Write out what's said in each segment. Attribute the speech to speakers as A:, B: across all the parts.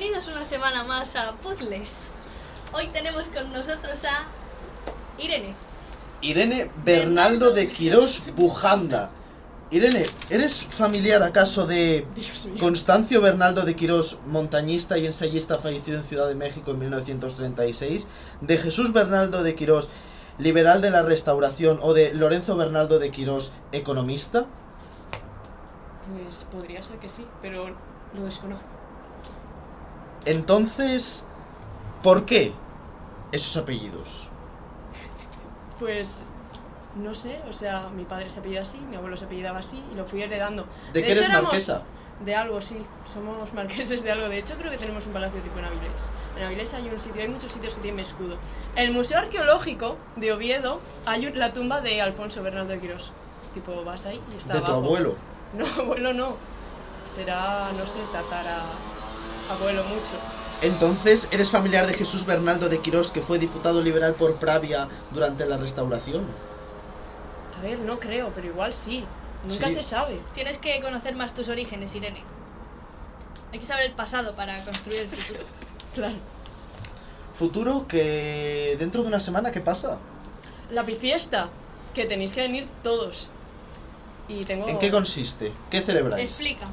A: bienvenidos una semana más a Puzzles. Hoy tenemos con nosotros a Irene.
B: Irene Bernaldo de Quirós Bujanda. Irene, ¿eres familiar acaso de
C: Dios mío.
B: Constancio Bernaldo de Quirós, montañista y ensayista fallecido en Ciudad de México en 1936? ¿De Jesús Bernaldo de Quirós, liberal de la Restauración? ¿O de Lorenzo Bernaldo de Quirós, economista?
C: Pues podría ser que sí, pero lo desconozco.
B: Entonces, ¿por qué esos apellidos?
C: Pues no sé, o sea, mi padre se apellida así, mi abuelo se apellidaba así y lo fui heredando.
B: ¿De, qué
C: hecho,
B: eres
C: éramos-
B: marquesa?
C: De algo, sí. Somos marqueses de algo. De hecho, creo que tenemos un palacio tipo en Avilés. En Avilés hay un sitio, hay muchos sitios que tienen escudo. En el Museo Arqueológico de Oviedo hay un- la tumba de Alfonso Bernardo de Quirós. Tipo, vas ahí y está
B: De tu
C: abajo.
B: abuelo.
C: No, abuelo no. Será, no sé, tatara... Abuelo mucho.
B: Entonces, ¿eres familiar de Jesús Bernaldo de Quirós, que fue diputado liberal por Pravia durante la restauración?
C: A ver, no creo, pero igual sí. Nunca
B: Sí.
C: se sabe.
A: Tienes que conocer más tus orígenes, Irene. Hay que saber el pasado para construir el futuro.
C: Claro.
B: Futuro que dentro de una semana, ¿qué pasa?
C: La pifiesta, que tenéis que venir todos. Y tengo...
B: ¿En qué consiste? ¿Qué celebráis?
A: Explica.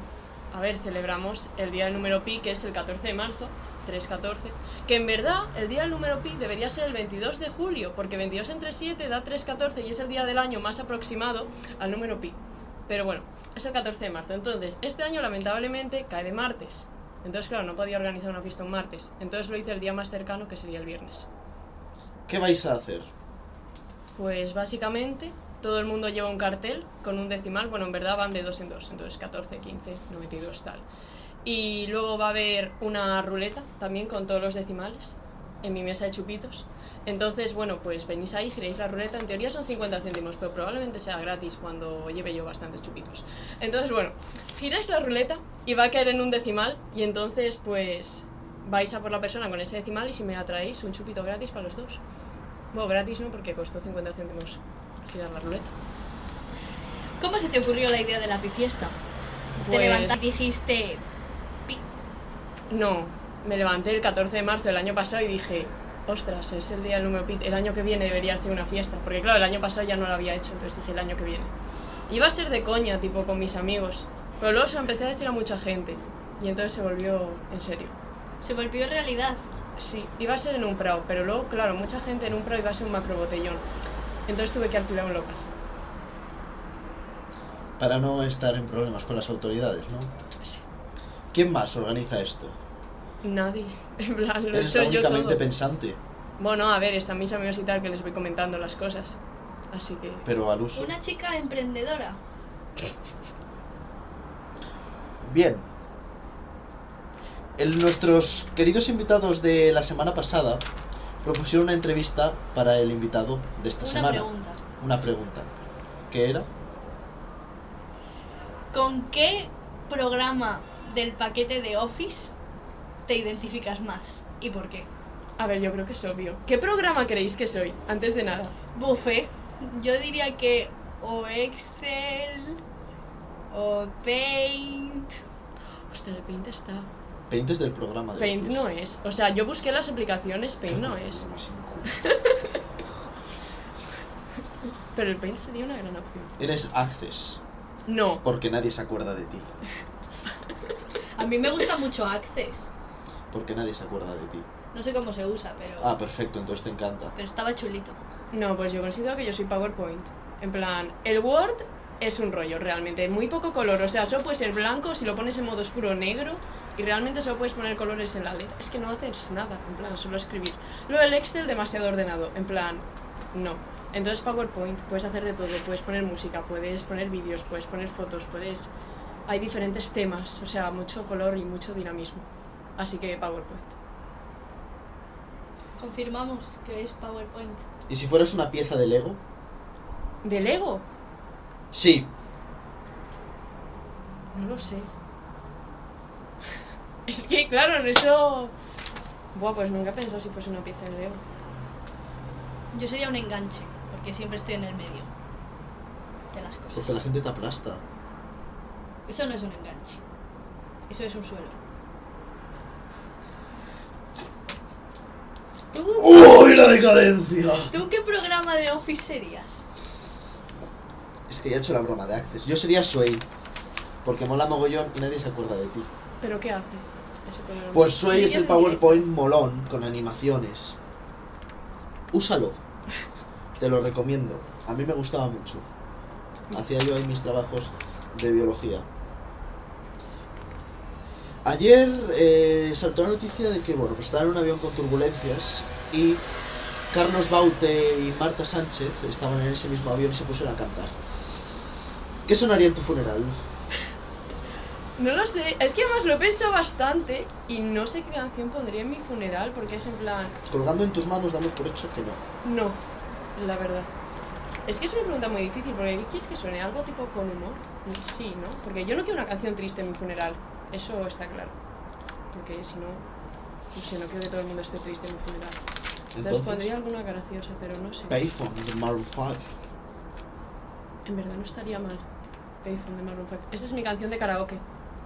C: A ver, celebramos el día del número pi, que es el 14 de marzo, 3-14. Que en verdad, el día del número pi debería ser el 22 de julio, porque 22 entre 7 da 3-14 y es el día del año más aproximado al número pi. Pero bueno, es el 14 de marzo. Entonces, este año lamentablemente cae de martes. Entonces, claro, no podía organizar una fiesta un martes. Entonces lo hice el día más cercano, que sería el viernes.
B: ¿Qué vais a hacer?
C: Pues básicamente todo el mundo lleva un cartel con un decimal, bueno, en verdad van de dos en dos, entonces 14, 15, 92, tal. Y luego va a haber una ruleta también con todos los decimales en mi mesa de chupitos. Entonces, bueno, pues venís ahí, giréis la ruleta, en teoría son 50 céntimos, pero probablemente sea gratis cuando lleve yo bastantes chupitos. Entonces, bueno, giráis la ruleta y va a caer en un decimal y entonces pues vais a por la persona con ese decimal y si me atraéis un chupito gratis para los dos. Bueno, gratis no, porque costó 50 céntimos girar la ruleta.
A: ¿Cómo se te ocurrió la idea de la pifiesta? Te
C: Pues-
A: levantaste y dijiste... "Pi".
C: No, me levanté el 14 de marzo del año pasado y dije, ostras, es el día del número pi, el año que viene debería hacer una fiesta, porque claro, el año pasado ya no lo había hecho, entonces dije el año que viene. Iba a ser de coña, tipo con mis amigos, pero luego se lo empecé a decir a mucha gente y entonces se volvió en serio.
A: Se volvió realidad.
C: Sí, iba a ser en un prado, pero luego, claro, mucha gente en un prado iba a ser un macrobotellón, entonces tuve que alquilar un local.
B: Para no estar en problemas con las autoridades, ¿no?
C: Sí.
B: ¿Quién más organiza esto?
C: Nadie, en plan, lo he
B: Eres
C: hecho
B: la
C: yo
B: únicamente
C: todo.
B: pensante,
C: Bueno, a ver, están mis amigos y tal que les voy comentando las cosas. Así que.
B: pero al uso.
A: Una chica emprendedora.
B: Bien. El- nuestros queridos invitados de la semana pasada propusieron una entrevista para el invitado de esta
A: Una
B: semana.
A: pregunta.
B: Una pregunta. ¿Qué era?
A: ¿Con qué programa del paquete de Office te identificas más? ¿Y por qué?
C: A ver, yo creo que es obvio. ¿Qué programa creéis que soy? Antes de nada.
A: Buffet. Yo diría que o Excel o Paint.
C: Ostras, el Paint está.
B: Paint es del programa de
C: Paint
B: Office.
C: no es. O sea, yo busqué las aplicaciones, Paint no es. Pero el Paint sería una gran opción.
B: Eres Access,
C: No.
B: porque nadie se acuerda de ti.
A: A mí me gusta mucho Access.
B: Porque nadie se acuerda de ti.
A: No sé cómo se usa, pero,
B: Ah, perfecto, entonces te encanta.
A: pero estaba chulito.
C: No, pues yo considero que yo soy PowerPoint. En plan, el Word es un rollo realmente. Muy poco color. O sea, solo puede ser blanco si lo pones en modo oscuro o negro. Y realmente solo puedes poner colores en la letra. Es que no haces nada. En plan, solo escribir. Luego el Excel demasiado ordenado. En plan, no. Entonces PowerPoint puedes hacer de todo. Puedes poner música, puedes poner vídeos, puedes poner fotos, puedes... Hay diferentes temas. O sea, mucho color y mucho dinamismo. Así que PowerPoint.
A: Confirmamos que es PowerPoint.
B: ¿Y si fueras una pieza de Lego?
C: ¿De Lego?
B: Sí.
C: No lo sé. Es que, claro, en eso... Buah, pues nunca he pensado si fuese una pieza de Lego.
A: Yo sería un enganche, porque siempre estoy en el medio de las
B: Porque la
A: cosas.
B: gente te aplasta.
A: Eso no es un enganche. Eso es un suelo. ¿Tú,
B: ¡Uy, la decadencia!
A: ¿Tú qué programa de Office serías?
B: Es que ya he hecho la broma de Access. Yo sería Sway. Porque mola mogollón y nadie se acuerda de ti.
C: ¿Pero qué hace? ese programa?
B: Pues Sway es
A: Vídeos
B: el
A: en directo.
B: PowerPoint molón con animaciones. Úsalo. Te lo recomiendo. A mí me gustaba mucho. Hacía yo ahí mis trabajos de biología. Ayer eh, saltó la noticia de que, bueno, pues estaba en un avión con turbulencias y Carlos Baute y Marta Sánchez estaban en ese mismo avión y se pusieron a cantar. ¿Qué sonaría en tu funeral?
C: No lo sé, es que además lo he pensado bastante y no sé qué canción pondría en mi funeral porque es en plan,
B: Colgando en tus manos damos por hecho que no.
C: no, la verdad. Es que es una pregunta muy difícil porque ¿quieres que suene algo tipo con humor? Sí, ¿no? Porque yo no quiero una canción triste en mi funeral, eso está claro. Porque si no, no sé, no quiero que todo el mundo esté triste en mi funeral. Entonces pondría alguna graciosa, pero no sé.
B: Payphone de Maroon 5.
C: En verdad no estaría mal. Payphone de Maroon 5. Esa es mi canción de karaoke.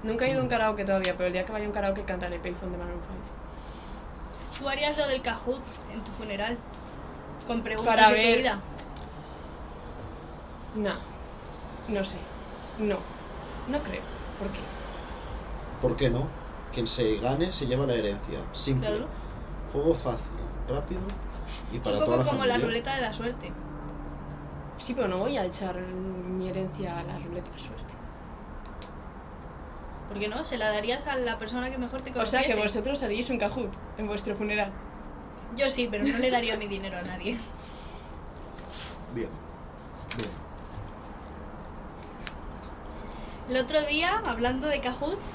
C: Nunca he ido a un karaoke todavía, pero el día que vaya a un karaoke cantaré Payphone de Maroon 5.
A: ¿Tú harías lo del Kahoot en tu funeral? Con preguntas
C: Para
A: de tu
C: ver.
A: vida.
C: No. No sé. No. No creo. ¿Por qué?
B: ¿Por qué no? Quien se gane se lleva la herencia. Simple.
A: Claro.
B: Juego fácil, rápido y para
A: un poco
B: toda la
A: como
B: familia.
A: la ruleta de la suerte.
C: Sí, pero no voy a echar mi herencia a la ruleta de la suerte.
A: ¿Por qué no? Se la darías a la persona que mejor te
C: O
A: conociese.
C: sea que vosotros haríais un cajut en vuestro funeral.
A: Yo sí, pero no le daría mi dinero a nadie.
B: Bien. Bien.
A: El otro día, hablando de Cahoots,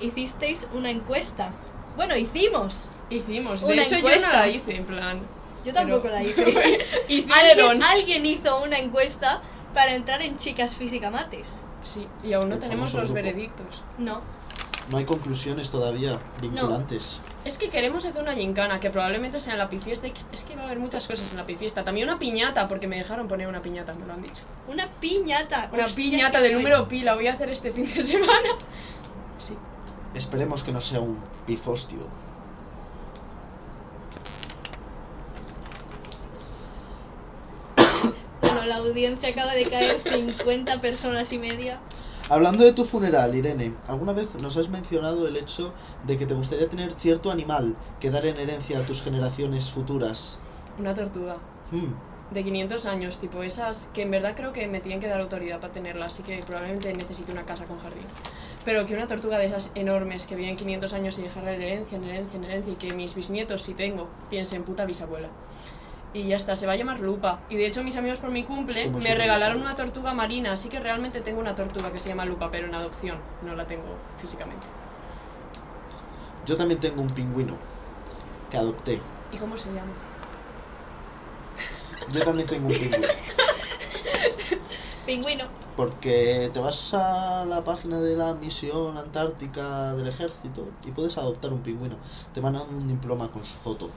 A: hicisteis una encuesta. Bueno, hicimos.
C: Hicimos. De
A: Una
C: hecho, yo
A: encuesta.
C: no la hice, en plan.
A: Yo tampoco
C: pero-
A: la hice. ¿Alguien,
C: Hicieron.
A: alguien hizo una encuesta para entrar en Chicas Física Mates.
C: Sí, y aún no
B: El
C: tenemos
B: famoso
C: los
B: grupo.
C: veredictos.
A: No.
B: No hay conclusiones todavía vinculantes.
C: Es que queremos hacer una gincana, que probablemente sea en la pifiesta. y Es que va a haber muchas cosas en la pifiesta. También una piñata, porque me dejaron poner una piñata, me lo han dicho.
A: Una piñata.
C: Una
A: Hostia,
C: piñata
A: qué
C: de
A: bueno.
C: número pi, la voy a hacer este fin de semana. Sí.
B: Esperemos que no sea un pifostio.
A: Bueno, la audiencia acaba de caer 50 personas y media.
B: Hablando de tu funeral, Irene, ¿alguna vez nos has mencionado el hecho de que te gustaría tener cierto animal que dar en herencia a tus generaciones futuras?
C: Una tortuga.
B: Hmm,
C: De 500 años, tipo esas que en verdad creo que me tienen que dar autoridad para tenerla, así que probablemente necesite una casa con jardín. Pero que una tortuga de esas enormes que viven 500 años y dejarla en herencia, en herencia, en herencia, y que mis bisnietos, si tengo, piensen puta bisabuela. Y ya está, se va a llamar Lupa. Y de hecho, mis amigos por mi cumple
B: Como
C: me
B: Superman.
C: regalaron una tortuga marina, así que realmente tengo una tortuga que se llama Lupa, pero en adopción, no la tengo físicamente.
B: Yo también tengo un pingüino que adopté.
C: ¿Y cómo se llama?
B: Yo también tengo un pingüino.
A: Pingüino.
B: Porque te vas a la página de la misión antártica del ejército y puedes adoptar un pingüino. Te mandan un diploma con su foto.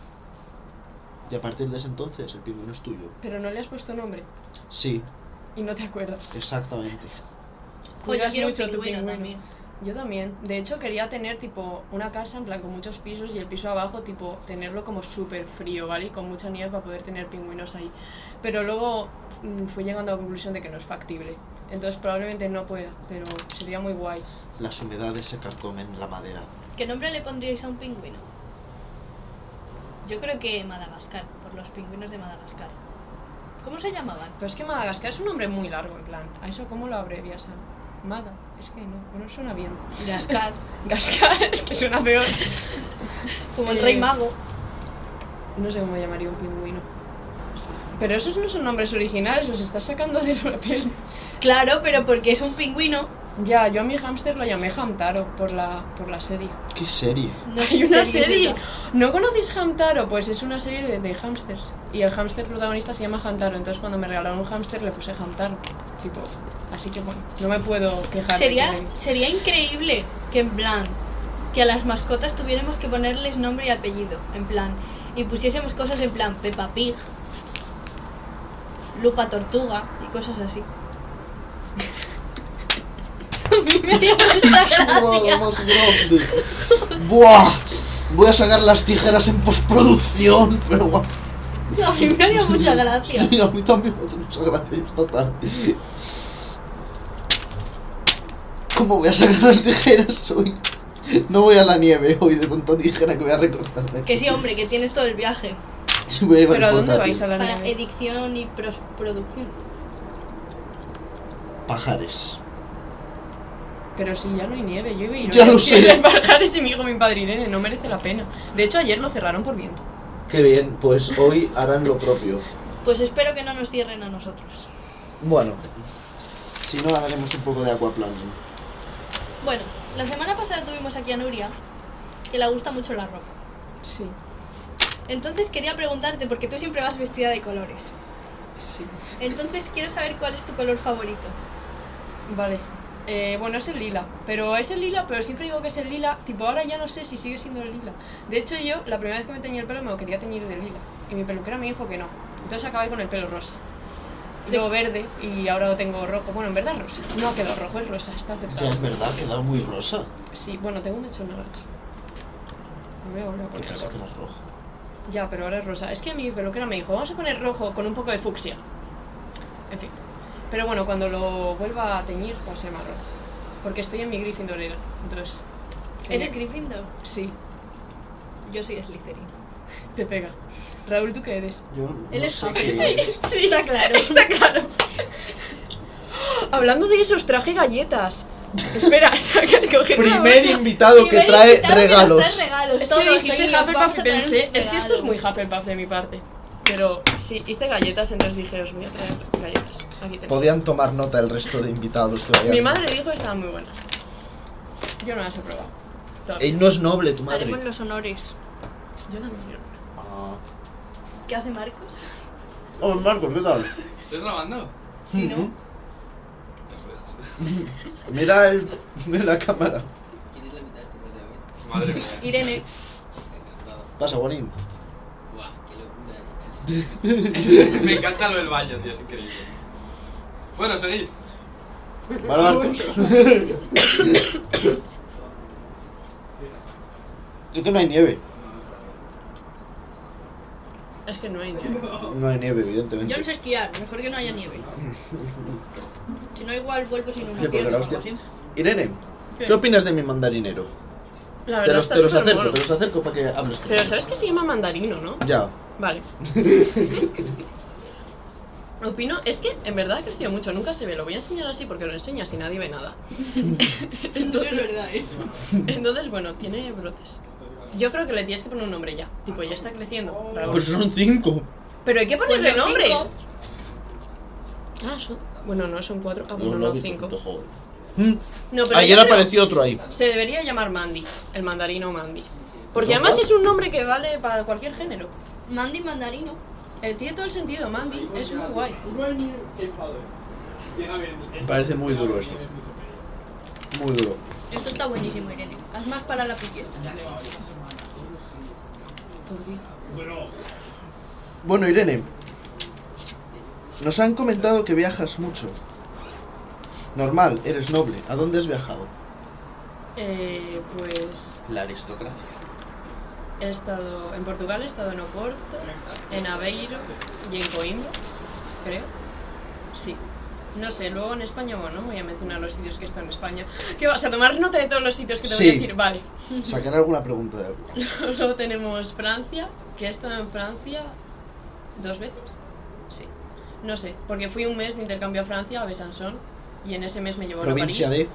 B: Y a partir de ese entonces el pingüino es tuyo.
C: Pero no le has puesto nombre
B: Sí,
C: y no te acuerdas.
B: exactamente.
A: Jo, yo
C: Cuidas
A: quiero un
C: mucho a tu
A: pingüino,
C: pingüino.
A: también.
C: Yo también. De hecho, quería tener tipo una casa en plan con muchos pisos y el piso abajo tipo tenerlo como súper frío, ¿vale? Y con mucha nieve para poder tener pingüinos ahí. Pero luego mm, fui llegando a la conclusión de que no es factible. Entonces probablemente no pueda, pero sería muy guay.
B: Las humedades se carcomen la madera.
A: ¿Qué nombre le pondríais a un pingüino? Yo creo que Madagascar, por los pingüinos de Madagascar. ¿Cómo se llamaban?
C: Pero es que Madagascar es un nombre muy largo, en plan. ¿A eso cómo lo abrevias? a Mada. Es que no, no suena bien.
A: Gascar,
C: Gascar, es que suena peor.
A: como el
C: Eh,
A: rey mago.
C: No sé cómo llamaría un pingüino. Pero esos no son nombres originales, los estás sacando de la peli.
A: Claro, pero porque es un pingüino.
C: Ya, yo a mi hámster lo llamé Hamtaro por la, por la serie.
B: ¡Qué serie!
A: No
C: Hay
A: sé
C: una
A: si es
C: serie.
A: esa.
C: ¿No conocéis Hamtaro? Pues es una serie de, de hámsters. Y el hámster protagonista se llama Hamtaro. Entonces cuando me regalaron un hámster le puse Hamtaro. Tipo, así que bueno, no me puedo quejar. de
A: Sería,
C: que-
A: sería increíble que en plan que a las mascotas tuviéramos que ponerles nombre y apellido, en plan, y pusiésemos cosas en plan Peppa Pig, Lupa Tortuga y cosas así. A mí me dio mucha gracia.
B: ¡Nada más grande! ¡Buah! Voy a sacar las tijeras en postproducción, pero guau.
A: A mí me haría mucha gracia.
B: Sí, a mí también me hace mucha gracia yo esta tarde. ¿Cómo voy a sacar las tijeras hoy? No voy a la nieve hoy de tanta tijera que voy a recortar. de aquí.
A: Que sí, hombre, que tienes todo el viaje.
B: Sí, voy a llevar
C: ¿Pero a
B: el
C: dónde
B: portátil.
C: vais a la
A: Para
C: nieve?
A: edición y pros- producción.
B: Pajares.
C: Pero si ya no hay nieve, yo iba a ir
B: Ya
C: hoy a
B: lo sé.
C: Sierra Barjares y me dijo mi padre Irene, no merece la pena. De hecho, ayer lo cerraron por viento.
B: Qué bien, pues hoy harán lo propio.
A: Pues espero que no nos cierren a nosotros.
B: Bueno, si no, haremos un poco de aquaplaning.
A: Bueno, la semana pasada tuvimos aquí a Nuria, que le gusta mucho la ropa.
C: Sí,
A: Entonces quería preguntarte, porque tú siempre vas vestida de colores.
C: sí.
A: Entonces quiero saber cuál es tu color favorito.
C: Vale. Eh, bueno, es el lila. Pero es el lila, pero siempre digo que es el lila. Tipo, ahora ya no sé si sigue siendo el lila. De hecho, yo la primera vez que me teñí el pelo me lo quería teñir de lila. Y mi peluquera me dijo que no. Entonces acabé con el pelo rosa. Y
A: De-
C: luego verde y ahora lo tengo rojo. Bueno, en verdad es rosa. No ha quedado rojo, es rosa,
B: Ya
C: está aceptado.
B: es verdad, queda muy rosa.
C: Sí, bueno, tengo un mechón naranja. Me voy a volver a
B: Yo
C: poner
B: pensaba que
C: algo.
B: era rojo.
C: Ya, pero ahora es rosa. Es que mi peluquera me dijo, vamos a poner rojo con un poco de fucsia. En fin. Pero bueno, cuando lo vuelva a teñir va a ser más rojo. Porque estoy en mi Gryffindorera. Entonces...
A: ¿Eres
C: gris?
A: Gryffindor?
C: Sí,
A: Yo soy Slytherin.
C: te pega. Raúl, ¿tú qué eres?
B: Yo no
A: Él es
B: sé
A: Hufflepuff.
B: qué es.
C: Sí.
A: Está claro.
C: Está claro. Hablando de eso, os traje galletas. Espera, saca el coger la
B: Primer
C: bolsa.
B: invitado que
A: Primer
B: trae
A: invitado que nos
B: regalos.
A: trae regalos.
C: Es
A: Todos,
C: que dijiste
A: oye, os vamos
C: Hufflepuff
A: a
C: y
A: traer
C: pensé,
A: un
C: es que esto es muy
A: regalo.
C: Hufflepuff de mi parte. Pero sí, hice galletas, entonces dije, os voy a traer galletas. Aquí tenéis.
B: Podían tomar nota el resto de invitados que vayan.
C: Mi madre dijo que estaban muy buenas. Yo no las he probado. Todavía.
B: Él no es noble, tu madre.
A: Haremos los honores.
C: Yo también quiero una.
B: Ah.
A: ¿Qué hace Marcos?
B: Hola, Marcos, ¿qué tal?
D: ¿Estás grabando?
A: Sí, ¿no?
B: Ujú. Mira, el, mira la cámara.
E: ¿Quieres la mitad que te la ve?
D: Madre mía.
A: Irene,
E: Encantado.
B: Pasa, Guarín.
E: Buah, qué locura.
D: Me encanta lo del baño, tío, es increíble. Bueno, seguid.
B: Vale, Marcos. Yo que no hay nieve.
C: Es que no hay nieve.
B: No hay nieve, evidentemente.
A: yo no sé esquiar, mejor que no haya nieve. Si no, igual vuelvo sin
B: Sí,
A: una
B: porque
A: pierna
B: la
A: o algo
B: hostia-
A: así.
B: Irene,
C: ¿Qué?
B: ¿qué opinas de mi mandarinero?
C: La
B: Te
C: verdad
B: los,
C: está
B: te los
C: súper
B: acerco,
C: mono.
B: te los acerco para que hables. con
C: Pero
B: él.
C: sabes que se llama mandarino, ¿no?
B: Ya.
C: Vale. Opino, es que en verdad ha crecido mucho, nunca se ve, lo voy a enseñar así porque lo enseñas y nadie ve nada.
A: Eso es verdad, ¿eh?
C: Entonces, bueno, tiene brotes. Yo creo que le tienes que poner un nombre ya. Tipo, ya está creciendo. Raúl.
B: Pero son cinco.
C: Pero hay que
A: Pues
C: ponerle
A: los
C: nombre.
A: cinco,
C: Ah, son. Bueno, no, son cuatro. Ah,
B: Yo lo
C: bueno,
B: he
C: no,
B: visto,
C: cinco.
B: puto joven. Mm.
C: No, pero
B: Ayer
C: yo creo-
B: apareció otro ahí.
C: Se debería llamar Mandy, el mandarino Mandy.
B: ¿No?
C: Porque además es un nombre que vale para cualquier género.
A: Mandy Mandarino.
C: Eh, tiene todo el sentido, Mandy. Es muy guay.
B: Me parece muy duro eso. Muy duro.
A: Esto está buenísimo, Irene. Haz más para la fiesta.
C: Por Dios.
B: Bueno, Irene, nos han comentado que viajas mucho. Normal, eres noble. ¿A dónde has viajado?
C: Eh, pues
B: La aristocracia.
C: he estado en Portugal, he estado en Oporto, en Aveiro y en Coimbra, creo. Sí. No sé, luego en España, bueno, no voy a mencionar los sitios que he estado en España. ¿Qué vas a tomar nota de todos los sitios que te voy a
B: Sí.
C: decir? Vale.
B: Sacar alguna pregunta de algo.
C: Luego tenemos Francia, que he estado en Francia dos veces. Sí. No sé, porque fui un mes de intercambio a Francia, a Besançon, y en ese mes me llevaron
B: Provincia
C: a
B: de.
C: París.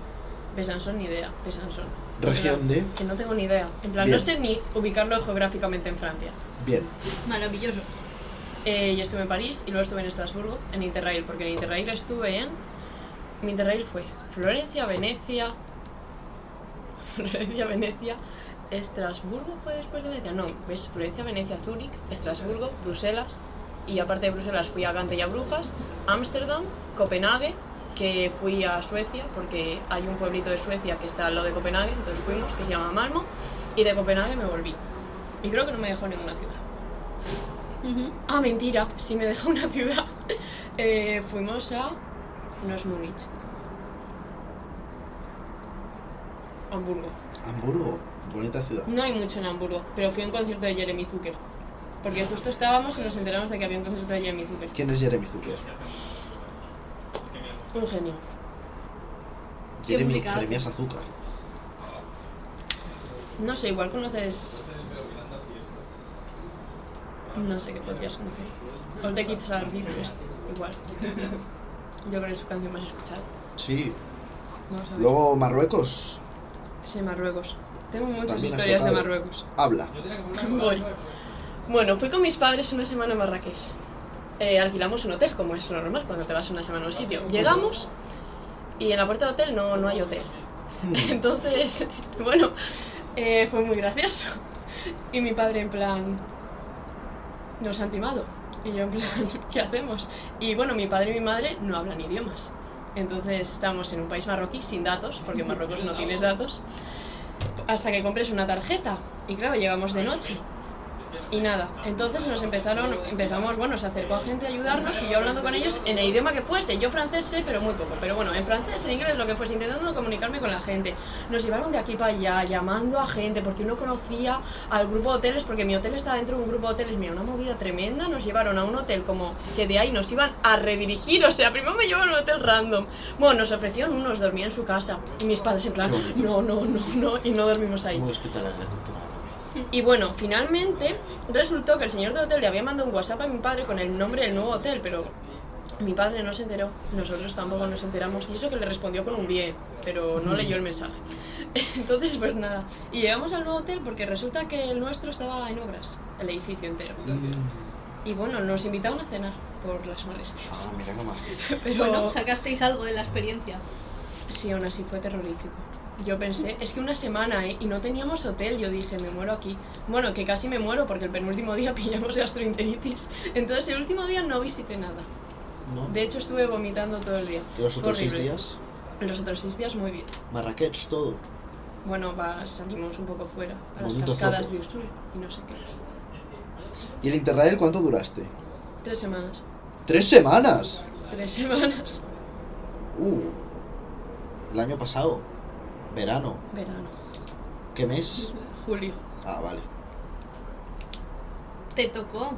C: Besançon, ni idea. Besançon.
B: Región de.
C: Que no tengo ni idea. En plan,
B: Bien.
C: no sé ni ubicarlo geográficamente en Francia.
B: Bien.
A: Maravilloso.
C: Eh, y estuve en París y luego estuve en Estrasburgo, en Interrail, porque en Interrail estuve en... Mi Interrail fue Florencia, Venecia... Florencia, Venecia... Estrasburgo fue después de Venecia. No, ves, Florencia, Venecia, Zúrich, Estrasburgo, Bruselas. Y aparte de Bruselas fui a Gante y a Brujas, Ámsterdam, Copenhague, que fui a Suecia, porque hay un pueblito de Suecia que está al lado de Copenhague, entonces fuimos, que se llama Malmo, y de Copenhague me volví. Y creo que no me dejó ninguna ciudad.
A: Ujú.
C: Ah, mentira, si me deja una ciudad. Eh, fuimos a. No es Múnich. Hamburgo.
B: Hamburgo. Bonita ciudad.
C: No hay mucho en Hamburgo, pero fui a un concierto de Jeremy Zucker. Porque justo estábamos y nos enteramos de que había un concierto de Jeremy Zucker.
B: ¿Quién es Jeremy Zucker?
C: Un genio.
A: ¿Qué
B: Jeremy,
A: música hace?
B: Jeremías Azúcar.
C: No sé, igual conoces. No sé qué podrías conocer. All the Kids Are Depressed, igual. Yo creo que es su canción más escuchada.
B: Sí.
C: Vamos a ver.
B: Luego Marruecos.
C: Sí, Marruecos. Tengo muchas
B: También has
C: historias de
B: tocado.
C: Marruecos.
B: Habla.
C: Voy. Bueno, fui con mis padres una semana a Marrakech. Eh, alquilamos un hotel, como es lo normal cuando te vas una semana a un sitio. Llegamos y en la puerta del hotel no, no hay hotel. Entonces, bueno, eh, fue muy gracioso. Y mi padre en plan, nos han timado. Y yo en plan, ¿qué hacemos? Y bueno, mi padre y mi madre no hablan idiomas. Entonces estábamos en un país marroquí sin datos, porque en Marruecos no tienes datos, hasta que compres una tarjeta. Y claro, llegamos de noche. Y nada, entonces nos empezaron, empezamos, bueno, se acercó a gente a ayudarnos y yo hablando con ellos en el idioma que fuese. Yo francés sé, pero muy poco. Pero bueno, en francés, en inglés, lo que fuese, intentando comunicarme con la gente. Nos llevaron de aquí para allá, llamando a gente, porque uno conocía al grupo de hoteles, porque mi hotel estaba dentro de un grupo de hoteles. Mira, una movida tremenda. Nos llevaron a un hotel como que de ahí nos iban a redirigir. O sea, primero me llevaron a un hotel random. Bueno, nos ofrecieron unos, dormía en su casa. Y mis padres en plan, no, no, no, no, y no dormimos ahí.
B: Muy hospitalaria la cultura árabe.
C: Y bueno, finalmente resultó que el señor del hotel le había mandado un WhatsApp a mi padre con el nombre del nuevo hotel, pero mi padre no se enteró, nosotros tampoco nos enteramos, y eso que le respondió con un bien, pero no leyó el mensaje. Entonces, pues nada, y llegamos al nuevo hotel porque resulta que el nuestro estaba en obras, el edificio entero.
B: Mm.
C: Y bueno, nos invitaron a cenar por las molestias,
B: Ah, mira qué más.
C: pero
A: Bueno, sacasteis algo de la experiencia.
C: sí, aún así fue terrorífico. Yo pensé, es que una semana, ¿eh? Y no teníamos hotel, yo dije, me muero aquí. Bueno, que casi me muero porque el penúltimo día pillamos gastroenteritis. Entonces el último día no visité nada.
B: ¿No?
C: De hecho, estuve vomitando todo el día.
B: ¿Y los otros seis
C: Horrible.
B: días?
C: Los otros seis días muy bien.
B: Marrakech, todo.
C: Bueno, va, salimos un poco fuera, a las
B: Bonito
C: cascadas
B: foco.
C: de Usul y no sé qué.
B: ¿Y el Interrail cuánto duraste?
C: Tres semanas.
B: ¡Tres semanas!
C: Tres semanas.
B: Uh, el año pasado. Verano.
C: Verano.
B: ¿Qué mes?
C: Julio.
B: Ah, vale.
A: Te tocó.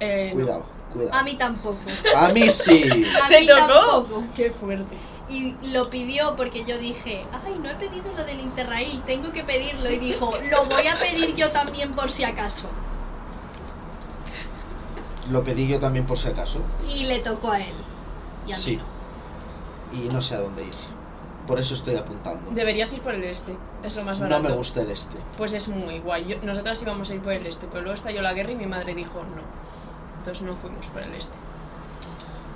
C: Eh, no.
B: Cuidado, cuidado.
A: A mí tampoco.
B: A mí sí.
A: A
C: ¿Te
A: mí
C: tocó?
A: tampoco.
C: Qué fuerte.
A: Y lo pidió porque yo dije, ay, no he pedido lo del Interrail, tengo que pedirlo. Y dijo, lo voy a pedir yo también por si acaso.
B: Lo pedí yo también por si acaso.
A: Y le tocó a él. Y a mí
B: Sí.
A: no.
B: Y no sé a dónde ir. Por eso estoy apuntando.
C: Deberías ir por el este. Es lo más
B: No
C: barato.
B: me gusta el este.
C: Pues es muy guay. Yo- nosotras íbamos a ir por el este, pero luego estalló la guerra y mi madre dijo no. Entonces no fuimos por el este.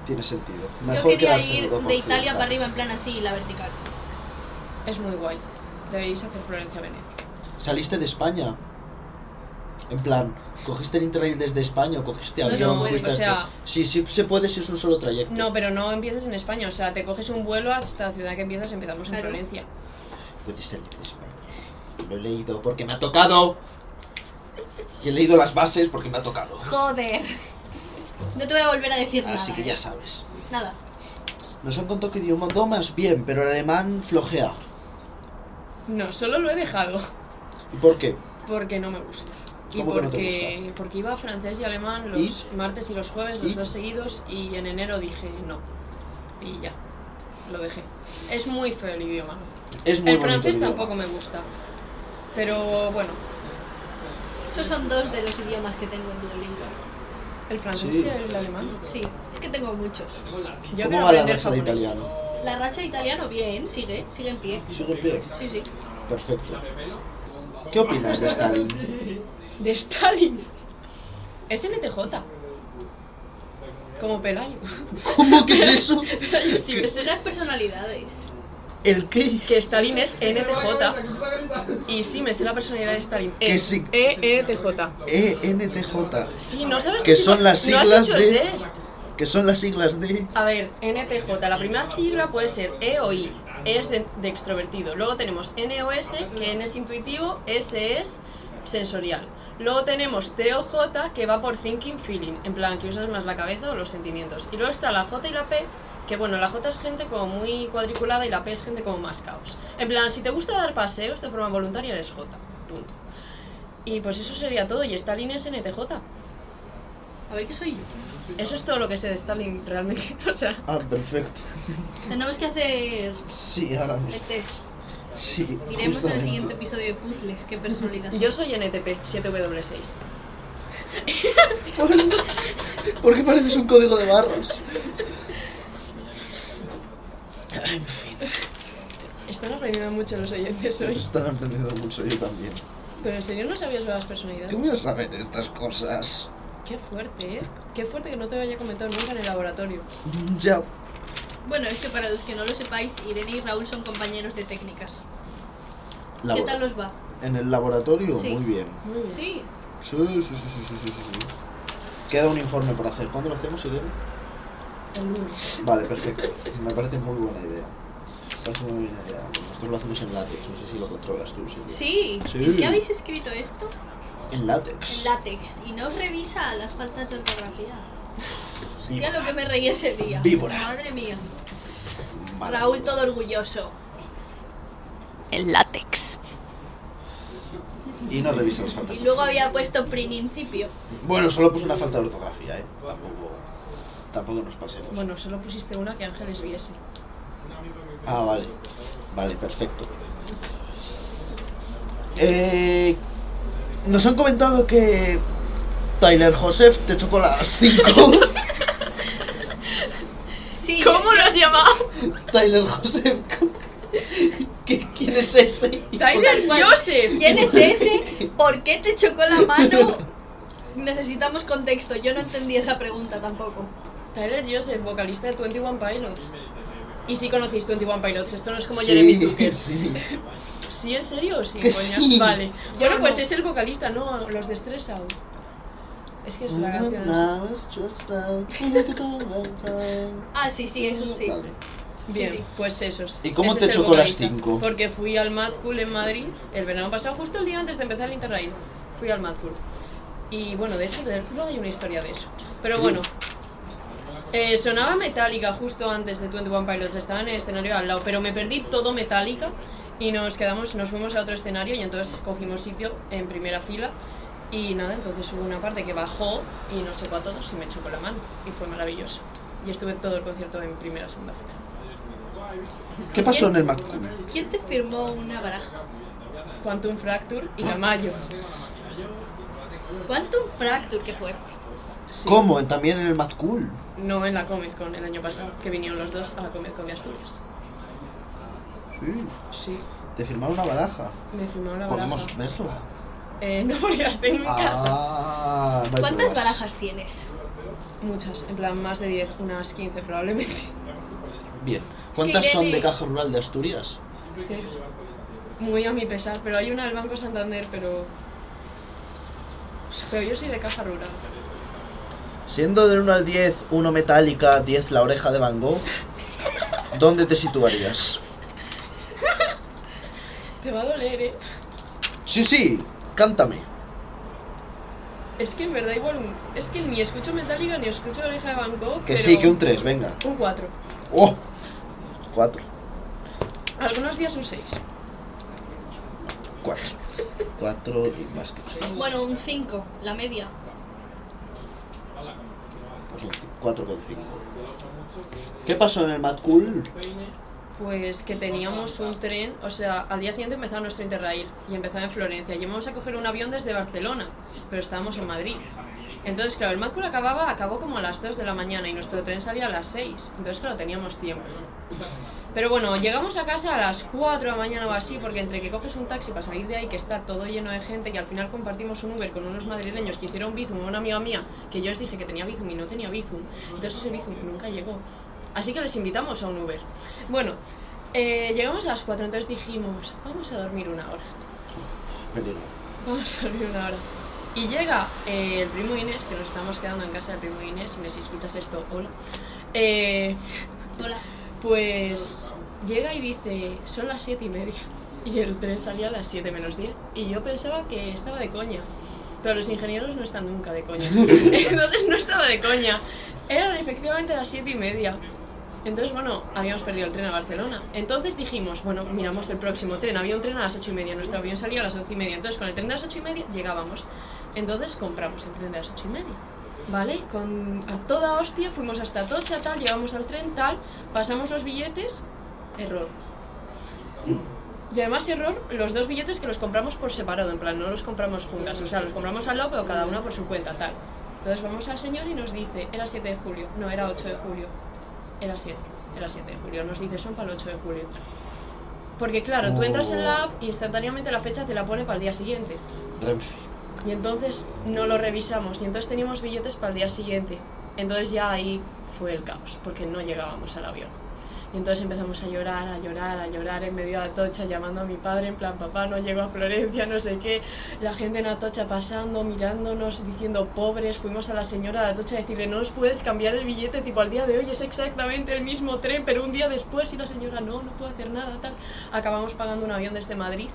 B: Tiene sentido.
A: Yo
B: Mejor
A: quería
B: quedarse en
A: ir
B: Europa
A: de Italia
B: Occidental.
A: para arriba en plan así, la vertical.
C: Es muy guay. Deberíais hacer Florencia-Venecia.
B: Saliste de España. En plan, cogiste el Interrail desde España o cogiste
C: No se
B: avión.
C: puede,
B: fuiste
C: o
B: a-
C: sea-
B: Sí, sí se puede si es un solo trayecto.
C: No, pero no empieces en España. O sea, te coges un vuelo hasta la ciudad que empiezas, empezamos en
A: Claro.
C: Florencia.
B: Puedes salir de España. Lo he leído porque me ha tocado. Y he leído las bases porque me ha tocado.
A: Joder. No te voy a volver a decir nada.
B: Así que ya
A: ¿eh?
B: sabes.
A: Nada.
B: Nos han contado que idioma domas bien, pero el alemán flojea.
C: No, solo lo he dejado
B: ¿Y por qué?
C: porque no me gusta. Y
B: ¿Cómo que no te
C: porque, porque iba a francés y alemán los martes y los jueves, los
B: ¿Y?
C: dos seguidos, y en enero dije no. Y ya, lo dejé. Es muy feo el idioma.
B: Es muy
C: el
B: bonito
C: francés
B: idioma.
C: tampoco me gusta. Pero bueno,
A: Esos son dos de los idiomas que tengo en Duolingo.
C: el francés
B: Sí.
C: y el alemán.
A: Sí, es que tengo muchos.
C: Yo
B: ¿Cómo
C: quiero
B: va la
C: aprender
B: racha de
C: japonés.
B: italiano?
A: La racha de italiano, bien, sigue, sigue en pie.
B: ¿Sigue en pie?
A: Sí, sí.
B: Perfecto. ¿Qué opinas de Stalin?
C: De Stalin. Es NTJ. Como Pelayo.
B: ¿Cómo que es eso?
C: Pelayo sí,
A: Pues
C: ves
A: son las personalidades.
B: ¿El qué?
C: Que Stalin es NTJ. Y sí, me sé la personalidad de Stalin. E
B: Que sí.
C: ENTJ.
B: E ENTJ,
C: Sí, no sabes
B: Que
C: qué
B: son
C: tipo-
B: las
C: ¿No has
B: siglas
C: hecho el
B: de-
C: test?
B: que son las siglas de...
C: A ver, NTJ. La primera sigla puede ser E o I. E es de, de extrovertido. Luego tenemos NOS, que N es intuitivo, S es sensorial. Luego tenemos TOJ, que va por thinking, feeling, en plan que usas más la cabeza o los sentimientos. Y luego está la J y la P, que bueno, la J es gente como muy cuadriculada y la P es gente como más caos. En plan, si te gusta dar paseos de forma voluntaria, eres J. Punto. Y pues eso sería todo. Y Stalin es NTJ.
A: A ver qué soy yo.
C: Eso es todo lo que sé de Stalin realmente. O sea,
B: Ah, perfecto.
A: Tenemos que hacer
B: Sí, ahora
A: el
B: mismo.
A: test.
B: Sí.
A: Iremos en el
B: justamente.
A: siguiente episodio de puzzles. Qué personalidad.
C: yo soy NTP 7W6.
B: ¿Por qué pareces un código de barras?
C: Están aprendiendo mucho los oyentes hoy.
B: Están aprendiendo mucho, yo también.
C: Pero en serio no sabía sobre las
B: ¿Qué
C: personalidades.
B: voy a saber estas cosas?
C: Qué fuerte, ¿eh? Qué fuerte que no te haya comentado nunca en el laboratorio.
B: Ya.
A: Bueno, es que para los que no lo sepáis, Irene y Raúl son compañeros de técnicas. ¿Qué
B: Labo-
A: tal os va?
B: ¿En el laboratorio?
A: Sí.
B: Muy bien.
C: Muy bien.
A: Sí,
B: Sí, sí, sí, sí, sí, sí, sí, sí. Queda un informe por hacer. ¿Cuándo lo hacemos, Irene?
C: El lunes.
B: Vale, perfecto. Me parece muy buena idea. Me parece muy buena idea. Nosotros lo hacemos en látex. No sé si lo controlas tú, Silvia.
A: sí.
B: Sí.
A: ¿En qué habéis escrito esto?
B: En látex.
A: En látex. Y no os revisa las faltas de ortografía. Hostia, lo que me reí ese día.
B: Víbora.
A: Madre mía.
B: Madre
A: Raúl
B: mía.
A: todo orgulloso.
F: El látex.
B: Y no revisas las faltas.
A: Y luego había puesto principio.
B: Bueno, solo puso una falta de ortografía, ¿eh? Tampoco, tampoco nos pasemos.
C: Bueno, solo pusiste una que Ángeles viese.
B: Ah, vale. Vale, perfecto. Eh, nos han comentado que Tyler Joseph te chocó las 5.
A: Sí,
C: ¿Cómo lo has llamado?
B: Tyler Joseph. ¿Qué- ¿Quién es ese?
C: Tyler
A: Bueno,
C: Joseph.
A: ¿Quién es ese? ¿Por qué te chocó la mano? Necesitamos contexto. Yo no entendí esa pregunta tampoco.
C: Tyler Joseph, vocalista de 21 Pilots. Y si conocéis 21 Pilots, esto no es como
B: Sí,
C: Jeremy Zucker.
B: sí.
C: ¿Sí, en serio o sí,
B: Que
C: coña?
B: sí.
C: Vale. Bueno,
A: no.
C: pues es el vocalista, ¿no? Los de Stress Out. Es que es
B: Ah,
C: la canción.
B: Now it's just a-
A: Ah, sí, sí, eso sí.
B: Vale.
C: Bien,
A: Sí, sí.
C: pues esos.
B: ¿Y cómo
C: Ese
B: te
C: es el
B: chocó las
C: vocalista.
B: cinco?
C: Porque fui al Mad Cool en Madrid el verano pasado, justo el día antes de empezar el Interrail. Fui al Mad Cool. Y bueno, de hecho, de- luego hay una historia de eso. Pero bueno, eh, sonaba Metallica justo antes de 21 Pilots, estaba en el escenario al lado, pero me perdí todo Metallica y nos quedamos, nos fuimos a otro escenario y entonces cogimos sitio en primera fila. Y nada, entonces hubo una parte que bajó y nos chocó a todos y me chocó la mano. Y fue maravilloso. Y estuve todo el concierto en primera, segunda fila.
B: ¿Qué pasó en el McCool?
A: ¿Quién te firmó una baraja?
C: Quantum Fracture y Camayo.
A: Quantum Fracture, qué fuerte.
C: Sí.
B: ¿Cómo? También en el McCool.
C: No en la Comic Con el año pasado, que vinieron los dos a la Comic Con de Asturias.
B: Sí.
C: Sí,
B: Te firmaron una baraja.
C: me firmaron la
B: Podemos
C: baraja.
B: verla.
C: Eh, no, porque las tengo en casa.
B: Ah, no hay
A: ¿Cuántas
B: pruebas.
A: barajas tienes?
C: Muchas, en plan más de 10, unas 15 probablemente.
B: Bien. ¿Cuántas
A: Irene-
B: son de Caja Rural de Asturias?
C: Cero. Muy a mi pesar, pero hay una del Banco Santander, pero... Pero yo soy de caja rural.
B: Siendo del 1 al 10, 1 metálica, 10 la oreja de Van Gogh, ¿dónde te situarías?
C: Te va a doler, ¿eh?
B: Sí, sí, cántame.
C: Es que en verdad igual un... Es que ni escucho Metallica ni escucho Oreja de Van Gogh,
B: Que
C: pero-
B: sí, que un 3, venga.
C: Un 4.
B: ¡Oh! 4,
C: Algunos días un 6.
B: 4. 4 y más que 3.
A: Bueno, un 5, la media.
B: Pues un 4,5. ¿Qué pasó en el Mad Cool?
C: Pues que teníamos un tren, o sea, al día siguiente empezaba nuestro Interrail y empezaba en Florencia. Y íbamos a coger un avión desde Barcelona, pero estábamos en Madrid. Entonces, claro, el Mad Cool acababa, acabó como a las 2 de la mañana y nuestro tren salía a las 6. Entonces, claro, teníamos tiempo. Pero bueno, llegamos a casa a las 4 de la mañana o así, porque entre que coges un taxi para salir de ahí, que está todo lleno de gente, que al final compartimos un Uber con unos madrileños que hicieron Bizum, una amiga mía, que yo os dije que tenía Bizum y no tenía Bizum. Entonces ese Bizum nunca llegó. Así que les invitamos a un Uber. Bueno, eh, llegamos a las 4, entonces dijimos, vamos a dormir una hora.
B: Peligro.
C: Vamos a dormir una hora. Y llega eh, el primo Inés, que nos estamos quedando en casa del primo Inés. Inés, si escuchas esto, hola. Eh,
A: Hola.
C: pues llega y dice, son las siete y media. y el tren salía a las 7 menos 10. Y yo pensaba que estaba de coña. Pero los ingenieros no están nunca de coña. Entonces no estaba de coña. Eran efectivamente las 7 y media. Entonces, bueno, habíamos perdido el tren a Barcelona. Entonces dijimos, bueno, miramos el próximo tren. Había un tren a las 8 y media, nuestro avión salía a las 11 y media. Entonces, con el tren de las 8 y media llegábamos. Entonces compramos el tren de las 8 y media. ¿Vale? Con, a toda hostia fuimos hasta Tocha, tal, llegamos al tren, tal, pasamos los billetes, error. Y además error, los dos billetes que los compramos por separado, en plan, no los compramos juntas, o sea, los compramos al lado, pero cada una por su cuenta, tal. Entonces vamos al señor y nos dice, era 7 de julio, no, era 8 de julio, era 7, era 7 de julio, nos dice, son para el 8 de julio. Porque claro, tú entras en la app y instantáneamente la fecha te la pone para el día siguiente.
B: Renfe.
C: Y entonces no lo revisamos y entonces teníamos billetes para el día siguiente. Entonces ya ahí fue el caos, porque no llegábamos al avión. Y entonces empezamos a llorar, a llorar, a llorar en medio de Atocha, llamando a mi padre, en plan, papá, no llego a Florencia, no sé qué. La gente en Atocha pasando, mirándonos, diciendo pobres. Fuimos a la señora de Atocha a decirle, no nos puedes cambiar el billete, tipo, al día de hoy es exactamente el mismo tren, pero un día después. Y la señora, no, no puedo hacer nada, tal. Acabamos pagando un avión desde Madrid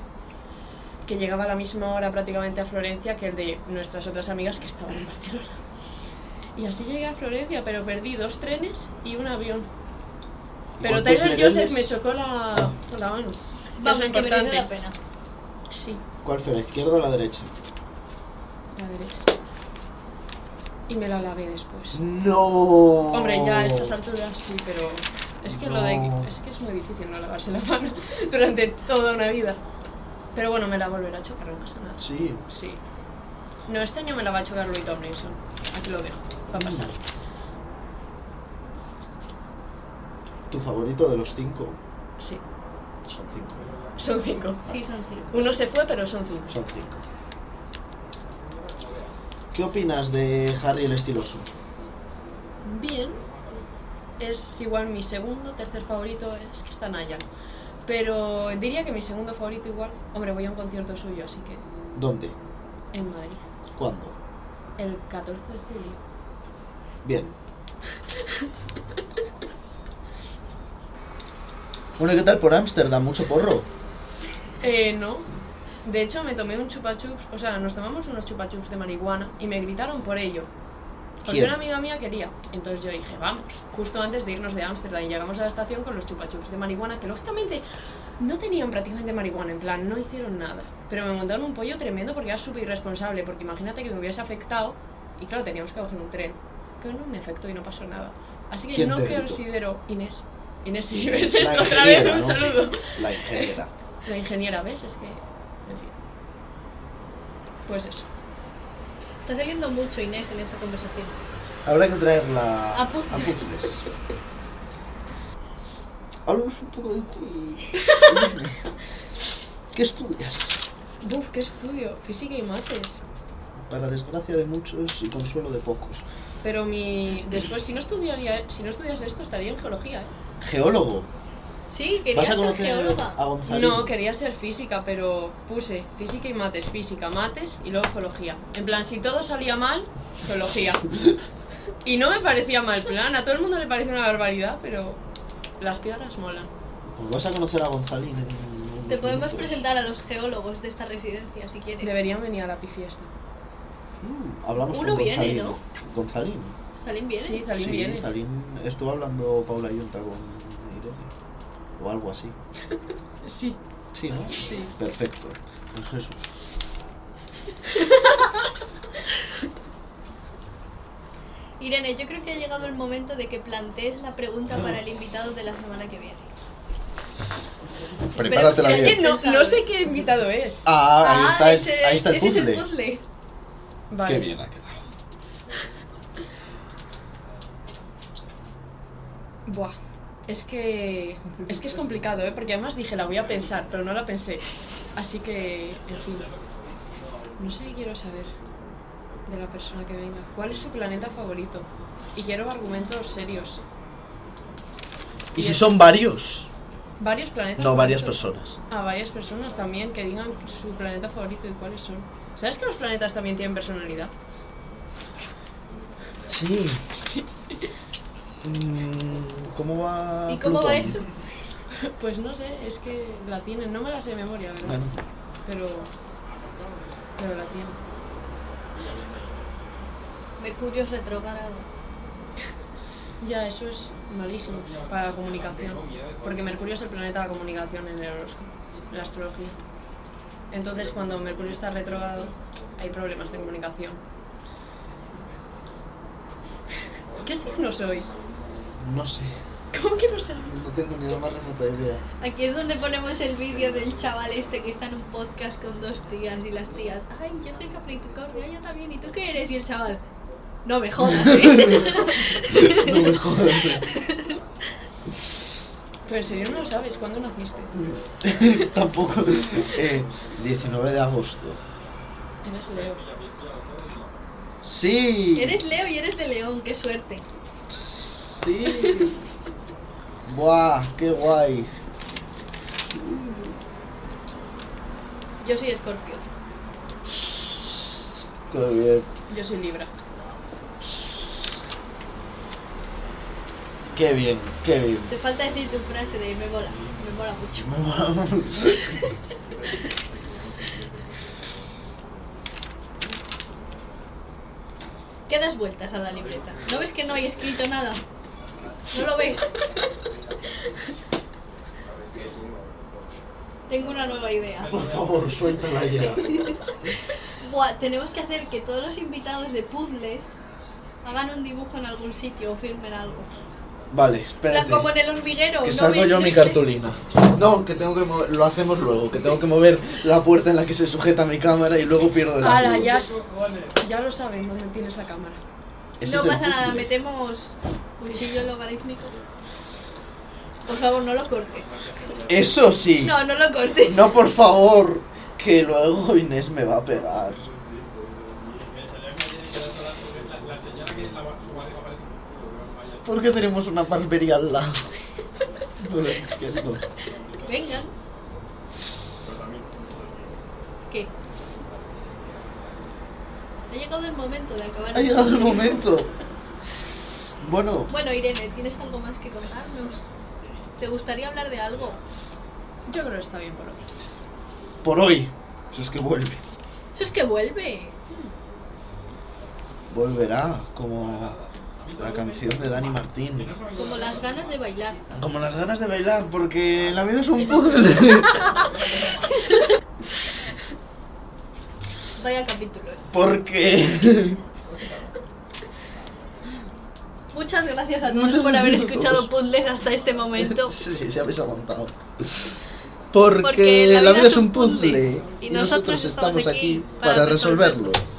C: que llegaba a la misma hora prácticamente a Florencia que el de nuestras otras amigas que estaban en Barcelona. Y así llegué a Florencia, pero perdí dos trenes y un avión. Pero
B: ¿Cuántos
C: Taylor Joseph
B: niveles?
C: me chocó la, la mano.
A: Vamos,
C: es
A: que merece
C: importante.
A: la pena.
C: Sí,
B: ¿Cuál fue, la izquierda o la derecha?
C: la derecha. Y me la lavé después.
B: No.
C: Hombre, ya a estas alturas sí, pero es que lo de
B: No.
C: es que es muy difícil no lavarse la mano durante toda una vida. Pero bueno, me la volverá a chocar, no pasa nada.
B: Sí.
C: Sí. No, este año me la va a chocar Louis Tomlinson. Aquí lo dejo. Va a pasar.
B: Tu favorito de los cinco.
C: Sí.
B: Son cinco.
C: Son cinco.
A: Sí, son cinco.
C: Uno se fue, pero son cinco.
B: Son cinco. ¿Qué opinas de Harry el Estiloso?
C: Bien. Es igual mi segundo, tercer favorito. Es que está Naya. Pero diría que mi segundo favorito igual. Hombre, voy a un concierto suyo, así que
B: ¿Dónde?
C: en Madrid.
B: ¿Cuándo?
C: El 14 de julio.
B: Bien. Bueno, ¿y ¿qué tal por Ámsterdam? Mucho porro.
C: Eh, no. De hecho, me tomé un chupa chups. O sea, nos tomamos unos chupa chups de marihuana y me gritaron por ello. Porque
B: ¿Quién?
C: una amiga mía quería. Entonces yo dije, vamos. Justo antes de irnos de Ámsterdam y llegamos a la estación con los chupa chups de marihuana, que lógicamente no tenían prácticamente marihuana, en plan, no hicieron nada. Pero me montaron un pollo tremendo porque era súper irresponsable, porque imagínate que me hubiese afectado y claro, teníamos que coger un tren. Pero no me afectó y no pasó nada. Así que
B: ¿Quién
C: no
B: te gritó?
C: considero Inés. Inés, si ves esto
B: La
C: otra vez,
B: ingeniera,
C: un
B: ¿no?
C: saludo.
B: La ingeniera.
C: La ingeniera, ¿ves? Es que. En fin. Pues eso.
A: Está saliendo mucho Inés en esta conversación.
B: Habrá que traerla
A: A puzzles.
B: puzzles. Háblanos un poco de ti. ¿Qué estudias?
C: Buf, qué estudio. Física y mates.
B: Para desgracia de muchos y consuelo de pocos.
C: Pero mi. Después, si no estudiaría, si no estudias esto, estaría en geología, ¿eh?
B: Geólogo.
A: Sí,
B: ¿Vas
A: quería
B: a Ah,
A: ser
B: conocer
A: geóloga.
B: a Gonzalo?
C: No, quería ser física, pero puse física y mates, física, mates y luego geología. En plan, si todo salía mal, geología. Y no me parecía mal plan. A todo el mundo le parece una barbaridad, pero las piedras molan.
B: Pues vas a conocer a Gonzalín. en unos
A: Te podemos
B: minutos.
A: presentar a los geólogos de esta residencia si quieres.
C: Deberían venir a la pifiesta.
B: Mm, hablamos
A: Uno
B: con
A: viene,
B: Gonzalín.
A: ¿no?
B: Gonzalín.
A: ¿Salen bien?
C: Sí, Zalín
B: sí,
C: viene.
B: Gonzalín. Estuvo hablando Paula Yunta con Irene. O algo así.
C: Sí,
B: Sí, ¿no?
C: sí.
B: Perfecto. Pues Jesús.
A: Irene, yo creo que ha llegado el momento de que plantees la
B: Ah.
A: pregunta para el invitado de la semana que viene.
B: Prepáratela
C: es
B: bien.
C: que no, no sé qué invitado es.
B: Ah, ahí está,
A: Ah,
B: el-
A: ese-
B: ahí está el
A: ese
B: puzzle.
A: es el puzzle.
C: Vale.
D: Qué bien ha quedado.
C: Buah. Es que, es que es complicado, ¿eh? Porque además dije, la voy a pensar, pero no la pensé. Así que, en fin. No sé qué quiero saber de la persona que venga. ¿Cuál es su planeta favorito? Y quiero argumentos serios.
B: ¿Y si son varios?
C: ¿Varios planetas?
B: No, varias
C: favoritos?
B: personas.
C: A varias personas también que digan su planeta favorito y cuáles son. ¿Sabes que los planetas también tienen personalidad?
B: Sí. ¿Cómo va?
A: ¿Y cómo va
B: Ah, Plutón?
A: eso?
C: Pues no sé, es que la tienen. No me la sé de memoria, ¿verdad?
B: Bueno,
C: Pero. Pero la tienen.
A: Mercurio es retrógrado.
C: Ya, eso es malísimo para la comunicación. Porque Mercurio es el planeta de la comunicación en el horóscopo, en la astrología. Entonces, cuando Mercurio está retrógrado, hay problemas de comunicación. ¿Qué signo sois?
B: no sé.
C: ¿Cómo que no sabéis?
B: No tengo ni la más remota idea.
A: Aquí es donde ponemos el vídeo del chaval este que está en un podcast con dos tías y las tías, ay, yo soy Capricornio, "Ay, yo también, ¿y tú qué eres? Y el chaval, no me jodas, ¿eh?".
B: No me jodas.
C: Pero en serio no lo sabes, ¿cuándo naciste?
B: Tampoco. Eh, 19 de agosto.
C: Eres Leo.
B: Sí.
A: Eres Leo y eres de León, qué suerte.
B: Sí. Buah, qué guay.
A: Yo soy Escorpio.
B: Qué bien.
C: Yo soy Libra.
B: Qué bien, qué bien.
A: Te falta decir tu frase de me mola, me mola mucho.
B: Me mola mucho.
A: ¿Qué das vueltas a la libreta? ¿No ves que no hay escrito nada? ¿No lo ves? Tengo una nueva idea.
B: Por favor, suéltala ya.
A: Buah, tenemos que hacer que todos los invitados de puzzles hagan un dibujo en algún sitio o firmen algo.
B: Vale,
A: En plan,
B: espérate.
A: como en el hormiguero.
B: Que
A: ¿no
B: salgo
A: ves?
B: yo mi cartulina. No, que tengo que mover, lo hacemos luego, que tengo que mover la puerta en la que se sujeta mi cámara y luego pierdo el
C: Ahora,
B: ángulo.
C: ya, ya lo saben dónde tienes la cámara.
B: Ese
A: No
B: es el
A: pasa nada,
B: puzzle.
A: metemos cuchillo logarítmico. Por favor, no lo cortes.
B: Eso sí.
A: No, no lo cortes.
B: No, por favor, que luego Inés me va a pegar. Porque tenemos una barbería al lado. No lo entiendo.
A: Vengan. ¿Qué? Ha llegado el momento de acabar.
B: Ha
A: el-
B: llegado el momento. Bueno,
A: Bueno, Irene, ¿tienes algo más que contarnos? ¿Te gustaría hablar de algo?
C: Yo creo que está bien por hoy.
B: por hoy. Si es que vuelve.
A: Eso es que vuelve.
B: Volverá como la canción de Dani Martín.
A: Como las ganas de bailar.
B: Como las ganas de bailar, porque la vida es un puzzle.
A: Vaya capítulo. ¿eh?
B: Porque...
A: Muchas gracias a todos
B: Muchas
A: por haber
B: gracias a
A: escuchado
B: todos.
A: puzzles hasta este momento.
B: Sí, sí, se habéis aguantado.
A: Porque la vida es un
B: puzzle
A: puzzle y nosotros estamos aquí para resolverlo.